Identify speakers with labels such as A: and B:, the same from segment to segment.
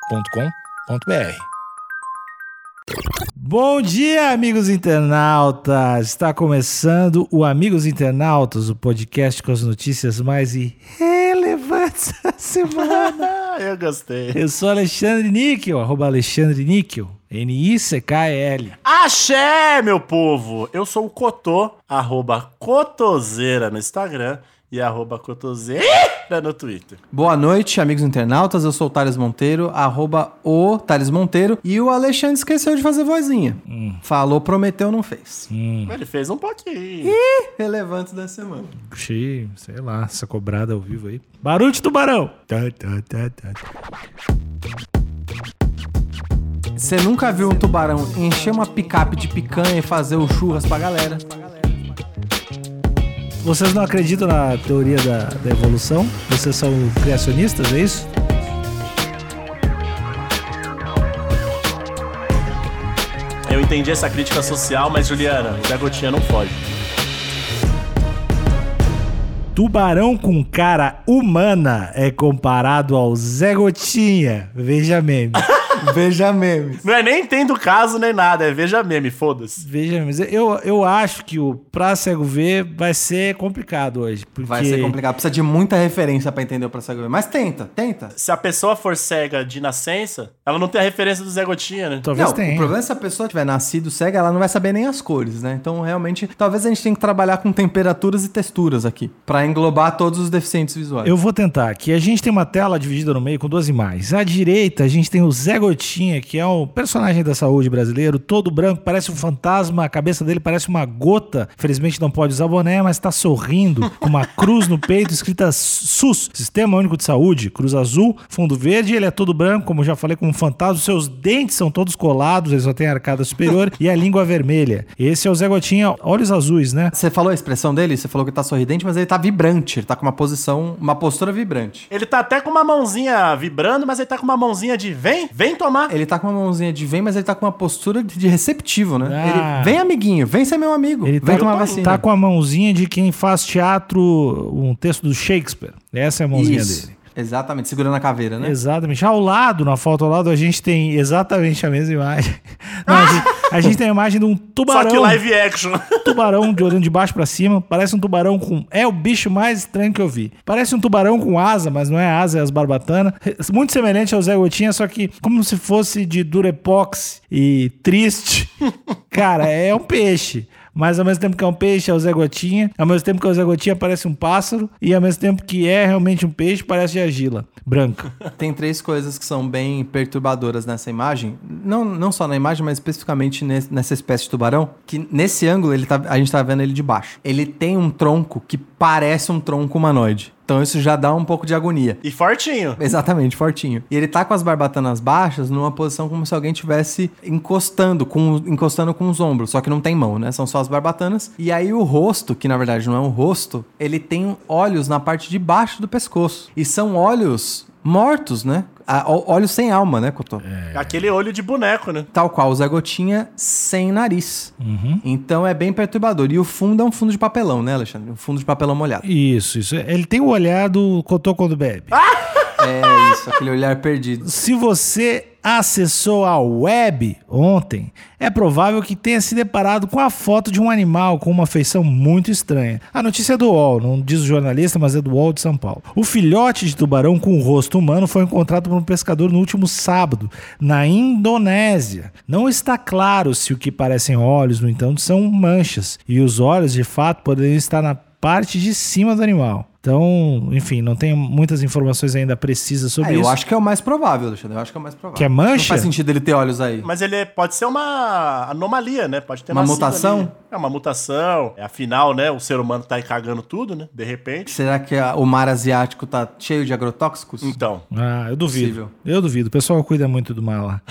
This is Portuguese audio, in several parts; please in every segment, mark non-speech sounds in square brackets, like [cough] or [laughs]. A: agenciadepodcast.com.br.
B: Bom dia, amigos internautas! Está começando o Amigos Internautas, o podcast com as notícias mais irrelevantes [laughs] da semana.
C: Ah, Eu gostei.
B: Eu sou Alexandre Níquel, arroba Alexandre Níquel, N-I-C-K-L.
C: Axé, meu povo! Eu sou o Cotô, arroba Cotoseira no Instagram e arroba Cotoseira no Twitter.
D: Boa noite, amigos internautas. Eu sou o Thales Monteiro, arroba o Thales Monteiro. E o Alexandre esqueceu de fazer vozinha.
B: Hum.
D: Falou, prometeu, não fez.
C: Ele fez um pouquinho.
D: Relevante da semana.
B: Puxei, sei lá, essa cobrada ao vivo aí. Barulho de tubarão!
D: Você nunca viu um tubarão encher uma picape de picanha e fazer o churras pra galera?
B: Vocês não acreditam na teoria da, da evolução? Vocês são criacionistas, é isso?
C: Eu entendi essa crítica social, mas Juliana, da gotinha não foge.
B: Tubarão com cara humana é comparado ao Zé Gotinha. Veja meme.
D: Veja memes.
C: Não é nem tendo caso nem nada, é veja meme,
B: [laughs]
C: foda-se.
B: Veja meme. Eu, eu acho que o Pra Cego Ver vai ser complicado hoje. Porque
D: Vai ser complicado. Precisa de muita referência pra entender o processo. Mas tenta, tenta.
C: Se a pessoa for cega de nascença, ela não tem a referência do Zé Gotinha, né?
B: Talvez
D: não,
B: tenha.
D: o problema é se a pessoa tiver nascido cega, ela não vai saber nem as cores, né? Então, realmente, talvez a gente tenha que trabalhar com temperaturas e texturas aqui, Pra englobar todos os deficientes visuais.
B: Eu vou tentar aqui. A gente tem uma tela dividida no meio com duas imagens. À direita, a gente tem o Zé Gotinha, que é um personagem da saúde brasileiro, todo branco, parece um fantasma, a cabeça dele parece uma gota. Felizmente não pode usar boné, mas tá sorrindo, com uma cruz no peito escrita SUS, Sistema Único de Saúde, cruz azul, fundo verde, ele é todo branco, como já falei, como um fantasma, seus dentes são todos colados, ele só tem a arcada superior e a língua vermelha. Esse é o Zé Gotinha, olhos azuis, né?
D: Você falou a expressão dele? Você falou que tá sorridente, mas ele tá vibrante. Ele tá com uma posição, uma postura vibrante.
C: Ele tá até com uma mãozinha vibrando, mas ele tá com uma mãozinha de vem, vem tomar.
D: Ele tá com uma mãozinha de vem, mas ele tá com uma postura de receptivo, né?
B: Ah.
D: Ele, vem, amiguinho, vem ser meu amigo.
B: Ele
D: vem
B: tá,
D: tomar vacina.
B: tá com a mãozinha de quem faz teatro, um texto do Shakespeare. Essa é a mãozinha
D: Isso.
B: dele.
D: Exatamente, segurando a caveira, né?
B: Exatamente. Ao lado, na foto ao lado, a gente tem exatamente a mesma imagem. [laughs] Não, a, gente, a gente tem a imagem de um
C: Só
B: tubarão.
C: que live action. [laughs]
B: Tubarão de olhando de baixo pra cima. Parece um tubarão com. É o bicho mais estranho que eu vi. Parece um tubarão com asa, mas não é asa, é as barbatanas. Muito semelhante ao Zé Gotinha, só que como se fosse de durepox e triste. Cara, é um peixe. Mas ao mesmo tempo que é um peixe, é o Zé Gotinha. Ao mesmo tempo que é o Zé Gotinha, parece um pássaro. E ao mesmo tempo que é realmente um peixe, parece de argila branca.
D: Tem três coisas que são bem perturbadoras nessa imagem. Não, não só na imagem, mas especificamente nesse- nessa espécie de tubarão. Que nesse ângulo ele tá- a gente tá vendo ele de baixo. Ele tem um tronco que parece um tronco humanoide. Então isso já dá um pouco de agonia.
C: E fortinho.
D: Exatamente, fortinho. E ele tá com as barbatanas baixas numa posição como se alguém tivesse encostando com, encostando com os ombros, só que não tem mão, né? São só as barbatanas. E aí o rosto, que na verdade não é um rosto, ele tem olhos na parte de baixo do pescoço. E são olhos mortos, né? Ah, ó- Olhos sem alma, né, Cotô?
B: É.
C: Aquele olho de boneco, né?
D: Tal qual o Zé Gotinha sem nariz.
B: Uhum.
D: Então é bem perturbador. E o fundo é um fundo de papelão, né, Alexandre? Um fundo de papelão molhado.
B: Isso, isso. Ele tem o olhar do Cotô quando bebe.
D: é isso, aquele olhar perdido.
B: Se você acessou a web ontem, é provável que tenha se deparado com a foto de um animal com uma feição muito estranha. A notícia é do UOL, não diz o jornalista, mas é do UOL de São Paulo. O filhote de tubarão com o rosto humano foi encontrado por um pescador no último sábado, na Indonésia. Não está claro se o que parecem olhos, no entanto, são manchas, e os olhos, de fato, poderiam estar na parte de cima do animal. Então, enfim, não tem muitas informações ainda precisas sobre
D: É,
B: isso.
D: eu acho que é o mais provável, Alexandre. Eu acho que é o mais provável.
B: Que é mancha?
D: Não faz sentido ele ter olhos aí.
C: Mas ele é- pode ser uma anomalia, né? Pode ter
D: Uma
C: nascido
D: mutação?
C: ali. É uma mutação. Afinal, né? O ser humano tá aí cagando tudo, né? De repente.
D: Será que a- o mar asiático tá cheio de agrotóxicos?
C: Então.
B: Ah, eu duvido.
D: Possível.
B: Eu duvido. O pessoal cuida muito do mar lá.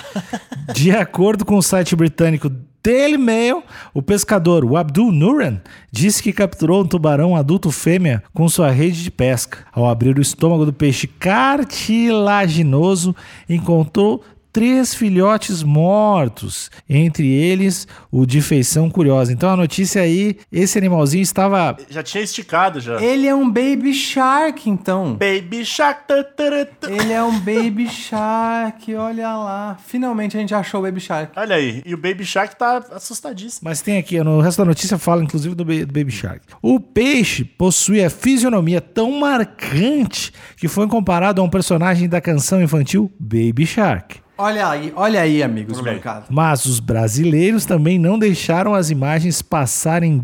B: De acordo com o site britânico Daily Mail, o pescador o Abdul Nuran disse que capturou um tubarão adulto fêmea com sua rede de pesca. Ao abrir o estômago do peixe cartilaginoso, encontrou três filhotes mortos, entre eles o de feição curiosa. Então a notícia aí, esse animalzinho estava
C: Já tinha esticado já.
D: Ele é um baby shark, então.
C: Baby Shark. tã, tã, tã.
D: Ele é um baby shark, olha lá. Finalmente a gente achou o baby shark.
C: Olha aí. E o Baby Shark tá assustadíssimo.
B: Mas tem aqui, no resto da notícia fala inclusive do, ba- do Baby Shark. O peixe possui a fisionomia tão marcante que foi comparado a um personagem da canção infantil Baby Shark.
D: Olha aí, olha aí, amigos do
C: Olha aí.
D: mercado.
B: Mas os brasileiros também não deixaram as imagens passarem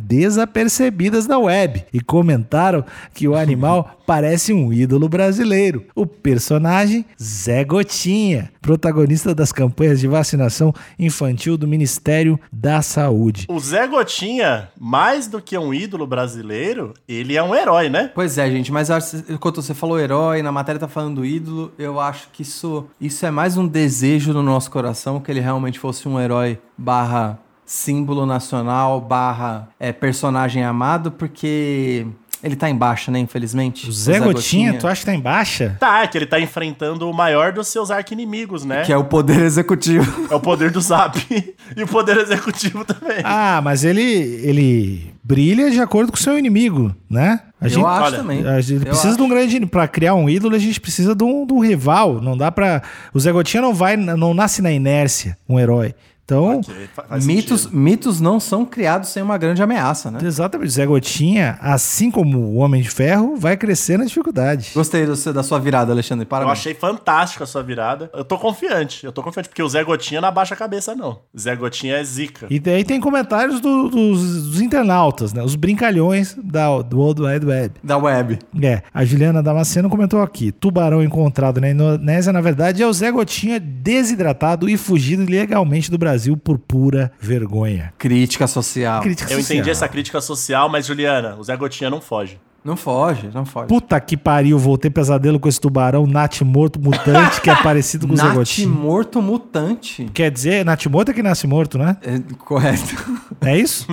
B: desapercebidas na web e comentaram que o animal parece um ídolo brasileiro. O personagem Zé Gotinha, protagonista das campanhas de vacinação infantil do Ministério da Saúde.
C: O Zé Gotinha, mais do que um ídolo brasileiro, ele é um herói, né?
D: Pois é, gente, mas eu acho que- quando você falou herói, na matéria tá falando do ídolo, eu acho que isso, isso é mais um desejo no nosso coração que ele realmente fosse um herói barra símbolo nacional, barra é, personagem amado, porque ele tá em baixa, né, infelizmente.
B: O Zé, Gotinha, tu acha que tá em baixa?
C: Tá, é que ele tá enfrentando o maior dos seus arqui-inimigos, né?
D: Que é o poder [laughs] executivo.
C: É o poder do Zap [laughs] e o poder executivo também.
B: Ah, mas ele, ele brilha de acordo com o seu inimigo, né? A
D: eu acho
C: olha,
D: também.
B: A gente
D: Eu
B: precisa de um grande. Pra criar um ídolo, a gente precisa de um, de um rival. Não dá pra. O Zé Gotinha não vai, não nasce na inércia, um herói. Então,
C: Ok, fa- faz
D: Ah, mitos,
C: sentido.
D: mitos não são criados sem uma grande ameaça, né?
B: exatamente. O Zé Gotinha, assim como o Homem de Ferro, vai crescer na dificuldade.
D: Gostei do seu- da sua virada, Alexandre.
C: Eu
D: Parabéns.
C: achei fantástica a sua virada. Eu tô confiante, eu tô confiante, porque o Zé Gotinha não abaixa a cabeça, não. Zé Gotinha é zica.
B: E daí tem comentários do- dos, dos internautas, né? Os brincalhões da, do World Wide Web.
D: Da web.
B: É, a Juliana Damasceno comentou aqui: tubarão encontrado na Indonésia, na verdade, é o Zé Gotinha desidratado e fugido ilegalmente do Brasil por pura vergonha.
D: Crítica social.
B: Crítica
C: Ah, Eu entendi
B: social.
C: essa crítica social, mas, Juliana, o Zé Gotinha não foge.
D: Não foge, não foge.
B: Puta que pariu, voltei pesadelo com esse tubarão Nath morto mutante que é parecido com o Zé
D: Nath
B: Gotinha.
D: morto mutante.
B: Quer dizer, Nath morto é que nasce morto, né?
D: É, correto. [laughs]
B: É isso?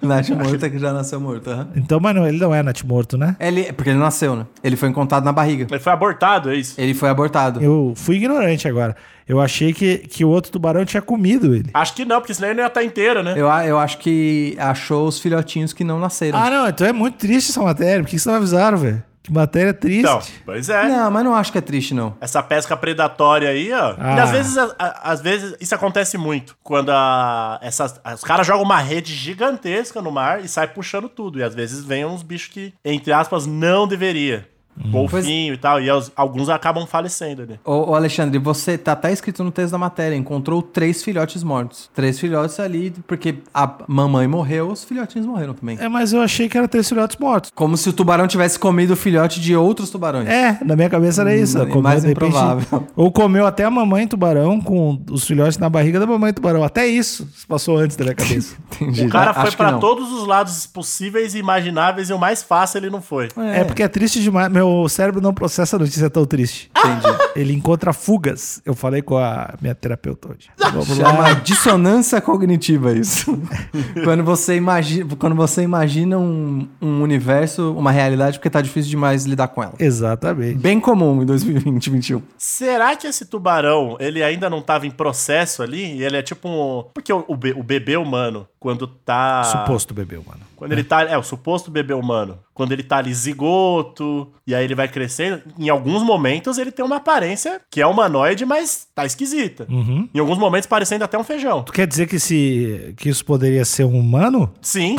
D: Nath morto é que já nasceu morto. aham.
B: Então, mas não, ele não é Nath morto, né?
D: Ele, porque ele nasceu, né? Ele foi encontrado na barriga.
C: Ele foi abortado, é isso?
D: Ele foi abortado.
B: Eu fui ignorante agora. Eu achei que, que o outro tubarão tinha comido ele.
C: Acho que não, porque senão ele não ia estar inteiro, né?
D: Eu, a- eu acho que achou os filhotinhos que não nasceram.
B: Ah, não, então é muito triste essa matéria. Por que vocês não avisaram, velho? Que matéria triste.
C: Então, pois é.
D: Não, mas não acho que é triste, não.
C: Essa pesca predatória aí, ó. E
B: Ah.
C: às vezes, a- a- às vezes isso acontece muito. Quando a, essas, a- os caras jogam uma rede gigantesca no mar e sai puxando tudo. E às vezes vem uns bichos que, entre aspas, não deveria.
D: Hum.
C: Golfinho e tal. E os- alguns acabam falecendo ali.
D: Ô, ô, Alexandre, você tá até escrito no texto da matéria, encontrou três filhotes mortos. Três filhotes ali, porque a mamãe morreu, os filhotinhos morreram também.
B: É, mas eu achei que era três filhotes mortos.
D: Como se o tubarão tivesse comido o filhote de outros tubarões.
B: É, na minha cabeça era isso.
D: Hum,
B: Comeu,
D: mais
B: de repente-
D: improvável.
B: ou comeu até a mamãe tubarão com os filhotes na barriga da mamãe tubarão. Até isso se passou antes da minha
D: [laughs]
B: cabeça.
D: Entendi.
C: O cara foi
D: Acho que
C: pra
D: não.
C: todos os lados possíveis e imagináveis e o mais fácil ele não foi.
B: é. porque é triste demais. Meu cérebro não processa notícia tão triste. [laughs] Ele encontra fugas. Eu falei com a minha terapeuta hoje.
D: Ah,
B: Vamos lá.
D: Chama dissonância cognitiva
B: [laughs]
D: isso. quando você imagina, quando você imagina um, um universo, uma realidade, porque tá difícil demais lidar com ela.
B: Exatamente.
D: Bem comum em 2020, 2021.
C: Será que esse tubarão, ele ainda não tava em processo ali? E ele é tipo um... Porque o, o be- o bebê humano, quando
D: Ah.
C: tá...
B: Suposto bebeu, mano.
C: Quando
D: né?
C: ele tá. É, o suposto bebê humano. Quando ele tá ali zigoto, e aí ele vai crescendo. Em alguns momentos ele tem uma aparência que é humanoide, mas tá esquisita.
B: Uhum.
C: Em alguns momentos parecendo até um feijão.
B: Tu quer dizer que, esse, que isso poderia ser um humano?
C: Sim.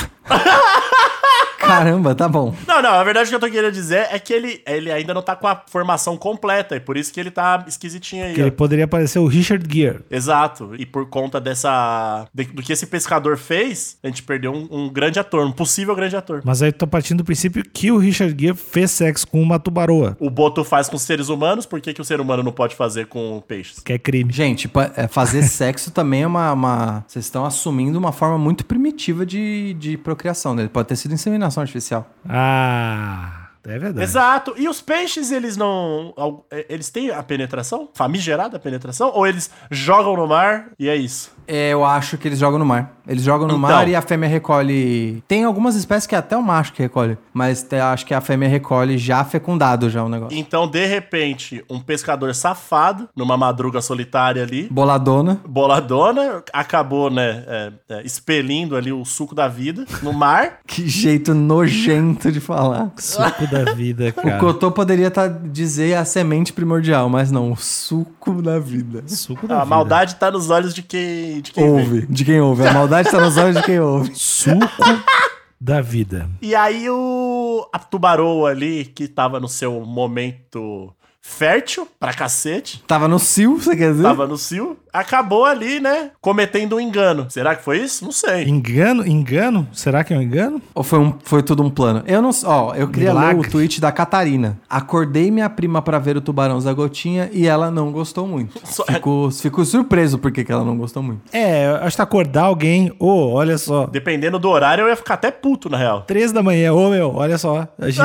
D: Caramba, tá bom.
C: Não, não, a verdade que eu tô querendo dizer é que ele, ele ainda não tá com a formação completa, e por isso que ele tá esquisitinho aí.
B: Que
C: ó.
B: ele poderia parecer o Richard Gere.
C: Exato. E por conta dessa. de- do que esse pescador fez, a gente perdeu um, um grande ator, um possível grande ator.
B: Mas aí eu tô partindo do princípio que o Richard Gere fez sexo com uma tubaroa,
C: O Boto faz com seres humanos, por que, que o ser humano não pode fazer com peixes?
B: que é crime.
D: Gente, pa- é, fazer sexo também é uma, uma- Vocês estão assumindo uma forma muito primitiva de, de procriação, né? Ele Pode ter sido inseminação artificial.
B: Ah, é verdade.
C: Exato. E os peixes, eles não. al- Eles têm a penetração? Famigerada a penetração? Ou eles jogam no mar e é isso?
D: É, eu acho que eles jogam no mar. Eles jogam no
C: Então.
D: mar e a fêmea recolhe. Tem algumas espécies que é até o macho que recolhe, mas te- acho que a fêmea recolhe já fecundado já o negócio.
C: Então, de repente, um pescador safado, numa madruga solitária ali,
D: Boladona.
C: boladona, acabou, né, é, é, expelindo ali o suco da vida no mar.
D: Que jeito nojento de falar.
B: Suco da vida,
D: O
B: cara.
D: Cotô poderia tá, dizer a semente primordial, mas não, o suco da vida.
B: Suco da
C: A
B: vida.
C: maldade tá nos olhos de quem, de quem vê.
D: Ouve, de quem ouve. A maldade tá nos olhos de quem ouve.
B: Suco da vida.
C: E aí o a tubaroa ali, que tava no seu momento fértil pra cacete,
D: Tava no cio, você quer dizer?
C: tava no cio, acabou ali, né, cometendo um engano. Será que foi isso? Não sei.
B: Engano? Engano? Será que é um engano?
D: Ou foi, um- foi tudo um plano? Eu não s- Ó, eu queria ler o
B: Milagre.
D: tweet da Catarina. Acordei minha prima pra ver o tubarão zagotinha e ela não gostou muito.
C: Só- [laughs]
D: Ficou, ficou surpreso porque que ela não gostou muito.
B: É, eu acho que acordar alguém. Ô, olha só.
C: Dependendo do horário, eu ia ficar até puto, na real.
B: Três da manhã. Ô, meu, olha só. A gente...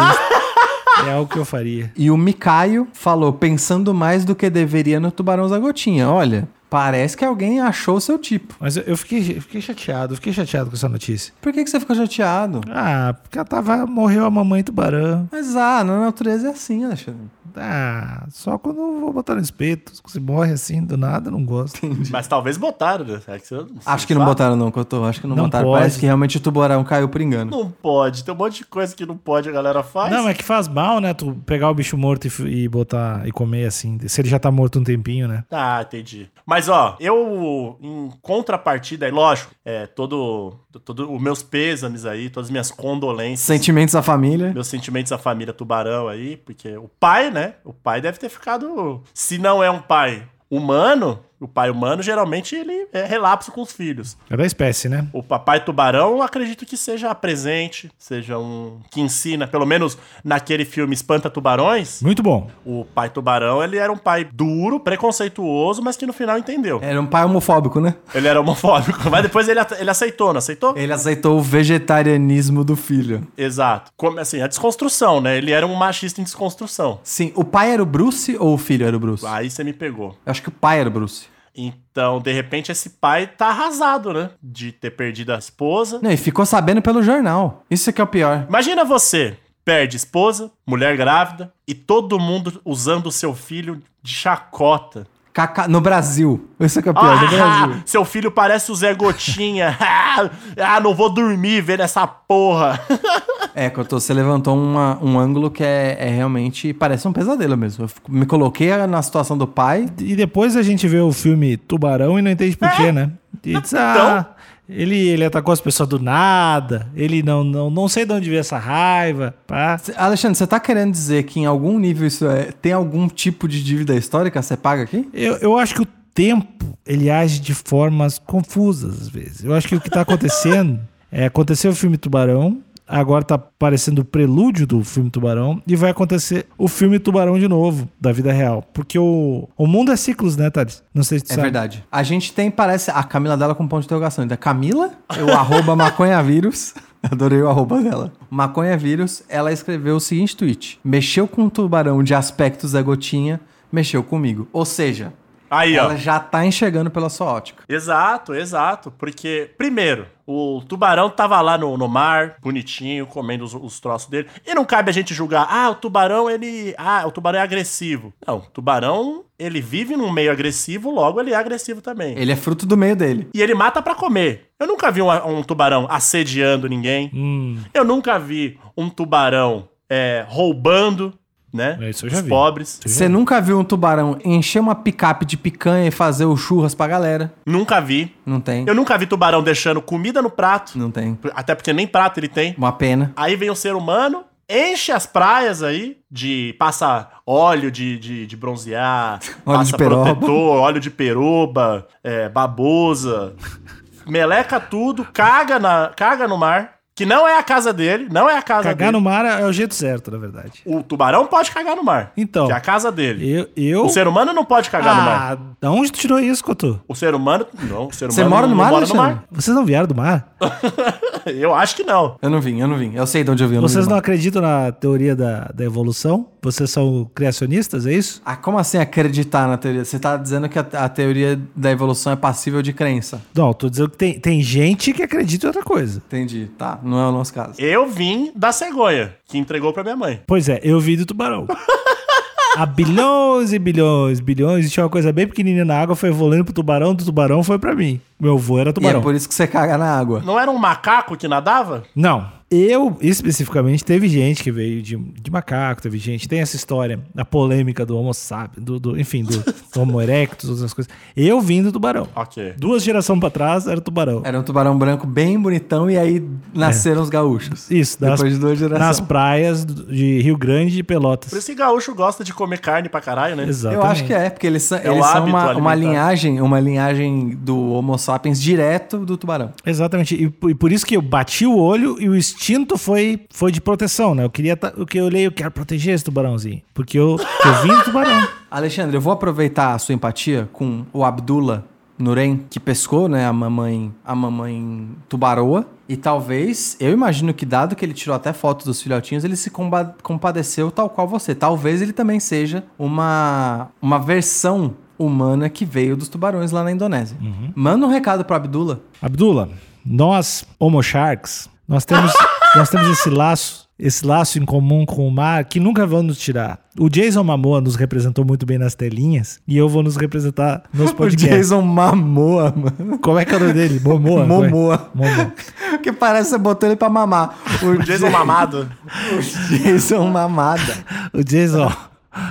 B: é algo que eu faria.
D: E o Micaio falou, pensando mais do que deveria no tubarão zagotinha. Olha, parece que alguém achou o seu tipo.
B: Mas eu, eu fiquei, eu fiquei chateado. eu Fiquei chateado com essa notícia.
D: Por que, que você ficou chateado?
B: Ah, porque ela tava... Morreu a mamãe tubarão.
D: Mas ah, na natureza é assim, Alexandre.
B: Ah, só quando eu vou botar no espeto. Se morre assim, do nada, eu não gosto.
C: Mas talvez botaram, né? É que você-
D: Acho que não
C: sabe?
D: botaram não, Cotô. Acho que não,
B: Não
D: botaram.
B: pode.
D: Parece que realmente o tubarão caiu por engano.
C: Não pode, tem um monte de coisa que não pode a galera faz.
B: Não, é que faz mal, né? Tu pegar o bicho morto e, f- e botar e comer assim. Se ele já tá morto um tempinho, né?
C: Ah, entendi. Mas ó, eu em contrapartida, é lógico, é todo, todo os meus pêsames aí, todas as minhas condolências,
D: Sentimentos da família.
C: meus sentimentos à família Tubarão aí, porque o pai, né? O pai deve ter ficado, se não é um pai humano, o pai humano geralmente ele é relapso com os filhos.
B: É da espécie, né?
C: O papai tubarão, eu acredito que seja presente, seja um que ensina, pelo menos naquele filme Espanta Tubarões,
B: Muito bom.
C: o pai tubarão, ele era um pai duro, preconceituoso, mas que no final entendeu.
D: Era um pai homofóbico, né?
C: Ele era homofóbico, mas depois ele, ele aceitou, não aceitou?
D: Ele aceitou o vegetarianismo do filho.
C: Exato. Como assim, a desconstrução, né? Ele era um machista em desconstrução.
D: Sim, o pai era o Bruce ou o filho era o Bruce?
C: Aí você me pegou.
D: Eu acho que o pai era o Bruce.
C: Então, de repente, esse pai tá arrasado, né? De ter perdido a esposa.
D: Não, e ficou sabendo pelo jornal. Isso que é o pior.
C: Imagina você, perde esposa, mulher grávida e todo mundo usando o seu filho de chacota.
D: Cacá- No Brasil. Isso que é o pior, no
C: Ah,
D: Brasil.
C: [laughs] seu filho parece o Zé Gotinha. [laughs] ah, não vou dormir vendo essa porra.
D: É, Cotô, você levantou uma- um ângulo que é, é realmente. Parece um pesadelo mesmo. Eu fico- me coloquei na situação do pai.
B: E depois a gente vê o filme Tubarão e não entende por quê, né? E diz, ah, ele, ele atacou as pessoas do nada, ele não, não, não sei de onde veio essa raiva, pá.
D: Cê- Alexandre, você tá querendo dizer que em algum nível isso é. Tem algum tipo de dívida histórica que você paga aqui?
B: Eu, eu acho que o tempo, ele age de formas confusas às vezes. Eu acho que o que tá acontecendo é, aconteceu o filme Tubarão, agora tá aparecendo o prelúdio do filme Tubarão e vai acontecer o filme Tubarão de novo, da vida real. Porque o, o mundo é ciclos, né, Thales? Não sei se tu
D: É
B: sabe.
D: verdade. A gente tem, parece. A Camila dela com um ponto de interrogação. Ainda Camila, o arroba [laughs] maconhavírus. Adorei o arroba dela. Maconhavírus, ela escreveu o seguinte tweet: Mexeu com o tubarão de aspectos da gotinha, mexeu comigo. Ou seja,
C: Aí, ó.
D: ela já tá enxergando pela sua ótica.
C: Exato, exato. Porque, primeiro, o tubarão tava lá no, no mar, bonitinho, comendo os, os troços dele. E não cabe a gente julgar, ah, o tubarão, ele. Ah, o tubarão é agressivo. Não, o tubarão, ele vive num meio agressivo, logo ele é agressivo também.
D: Ele é fruto do meio dele.
C: E ele mata pra comer. Eu nunca vi um, a- um tubarão assediando ninguém.
B: Hum,
C: Eu nunca vi um tubarão é, roubando, né?
B: É, isso eu já
C: os
B: vi.
C: pobres.
B: Isso eu já
D: Você nunca viu um tubarão encher uma picape de picanha e fazer o churras pra galera?
C: Nunca vi.
D: Não tem.
C: Eu nunca vi tubarão deixando comida no prato.
D: Não tem.
C: Até porque nem prato ele tem.
D: Uma pena.
C: Aí vem o ser humano, enche as praias aí, de passa óleo de, de, de bronzear,
D: [laughs] Óleo
C: passa
D: de peroba.
C: protetor, óleo de peroba, é, babosa, meleca tudo, caga, na, caga no mar, que não é a casa dele, não é a casa
B: Cagar no
C: dele.
B: mar é o jeito certo, na verdade.
C: O tubarão pode cagar no mar.
B: Então.
C: Que é a casa dele.
B: Eu. eu...
C: O ser humano não pode cagar no mar.
B: ah, da onde tu tirou isso, Cotô?
C: O ser humano. Não, o ser humano
D: Você mora
C: não
D: no mar,
C: mora no
D: Alexandre?
C: mar.
B: Vocês não vieram do mar?
C: [laughs] Eu acho que não.
D: Eu não vim, eu não vim. Eu sei de onde eu vim. eu
B: Vocês
D: vim
B: não
D: do mar.
B: acreditam na teoria da, da evolução? Vocês são criacionistas, é isso?
D: Ah, como assim acreditar na teoria? Você tá dizendo que a, a teoria da evolução é passível de crença.
B: Não, tô dizendo que tem, tem gente que acredita em outra coisa.
D: Entendi. Tá, não é o nosso caso.
C: Eu vim da cegonha, que entregou pra minha mãe.
B: Pois é, eu vi do
D: [laughs]
B: tubarão. Há bilhões e bilhões, bilhões, e tinha uma coisa bem pequenininha na água, foi volando pro tubarão, do tubarão foi pra mim. Meu avô era
D: E é
B: tubarão.
D: por isso que você caga na água.
C: Não era um macaco que nadava?
B: Não. Eu, especificamente, teve gente que veio de, de macaco, teve gente. Tem essa história, a polêmica do Homo sapiens, do, do- enfim,
D: [laughs]
B: do, do Homo erectus, outras coisas. Eu vim do tubarão.
C: Ok.
B: Duas gerações pra trás era tubarão.
D: Era um tubarão branco bem bonitão e aí nasceram os gaúchos.
B: Isso, das-
D: Depois de duas
B: nas
D: gerações.
B: praias do- de Rio Grande e de Pelotas.
C: Por isso que gaúcho gosta de comer carne pra caralho, né?
B: Exatamente.
D: Eu acho que é, porque eles são,
C: É o
D: eles são
C: hábito
D: uma,
C: alimentar.
D: uma linhagem, uma linhagem do Homo sapiens direto do tubarão.
B: Exatamente. E, por- e por isso que eu bati o olho e o instinto foi, foi de proteção, né? Eu queria. ta- O que eu olhei, eu quero proteger esse tubarãozinho. Porque eu, eu vim do tubarão. [laughs]
D: Alexandre, eu vou aproveitar a sua empatia com o Abdullah Nuren, que pescou, né, a mamãe, a mamãe tubaroa. E talvez, eu imagino que dado que ele tirou até foto dos filhotinhos, ele se comba- compadeceu tal qual você. Talvez ele também seja uma, uma versão humana que veio dos tubarões lá na Indonésia. Manda um recado pro Abdullah.
B: Abdullah, nós, Homo Sharks, nós temos, nós temos esse laço, esse laço em comum com o mar que nunca vão nos tirar. O Jason Momoa nos representou muito bem nas telinhas e eu vou nos representar nos
D: [laughs] O
B: podcasts.
D: Jason Mamoa,
B: [laughs]
D: mano.
B: Como é que é o nome dele? Momoa?
D: Momoa.
B: Momoa.
D: [laughs] Porque parece que você botou ele pra mamar. O
C: Jason mamado.
D: [laughs] Jason Mamada.
B: O Jason.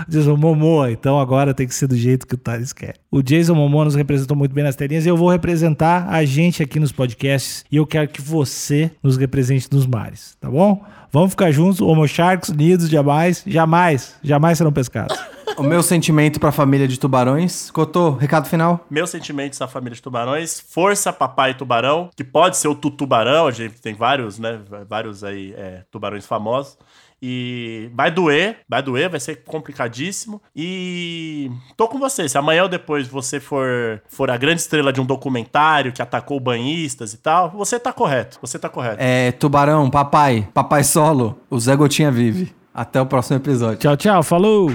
B: Jason Momoa, então agora tem que ser do jeito que o Thales quer. O Jason Momoa nos representou muito bem nas telinhas e eu vou representar a gente aqui nos podcasts e eu quero que você nos represente nos mares, tá bom? Vamos ficar juntos, Homo Sharks, unidos, jamais, jamais, jamais serão pescados.
D: O meu sentimento pra família de tubarões. Cotô, recado final.
C: Meus sentimentos à família de tubarões. Força, papai tubarão, que pode ser o tutubarão. A gente tem vários, né? Vários aí é, tubarões famosos. E vai doer, vai doer, vai ser complicadíssimo. E tô com você. Se amanhã ou depois você for, for a grande estrela de um documentário que atacou banhistas e tal, você tá correto. Você tá correto.
D: É, tubarão, papai, papai solo. O Zé Gotinha vive. Até o próximo episódio.
B: Tchau, tchau, falou!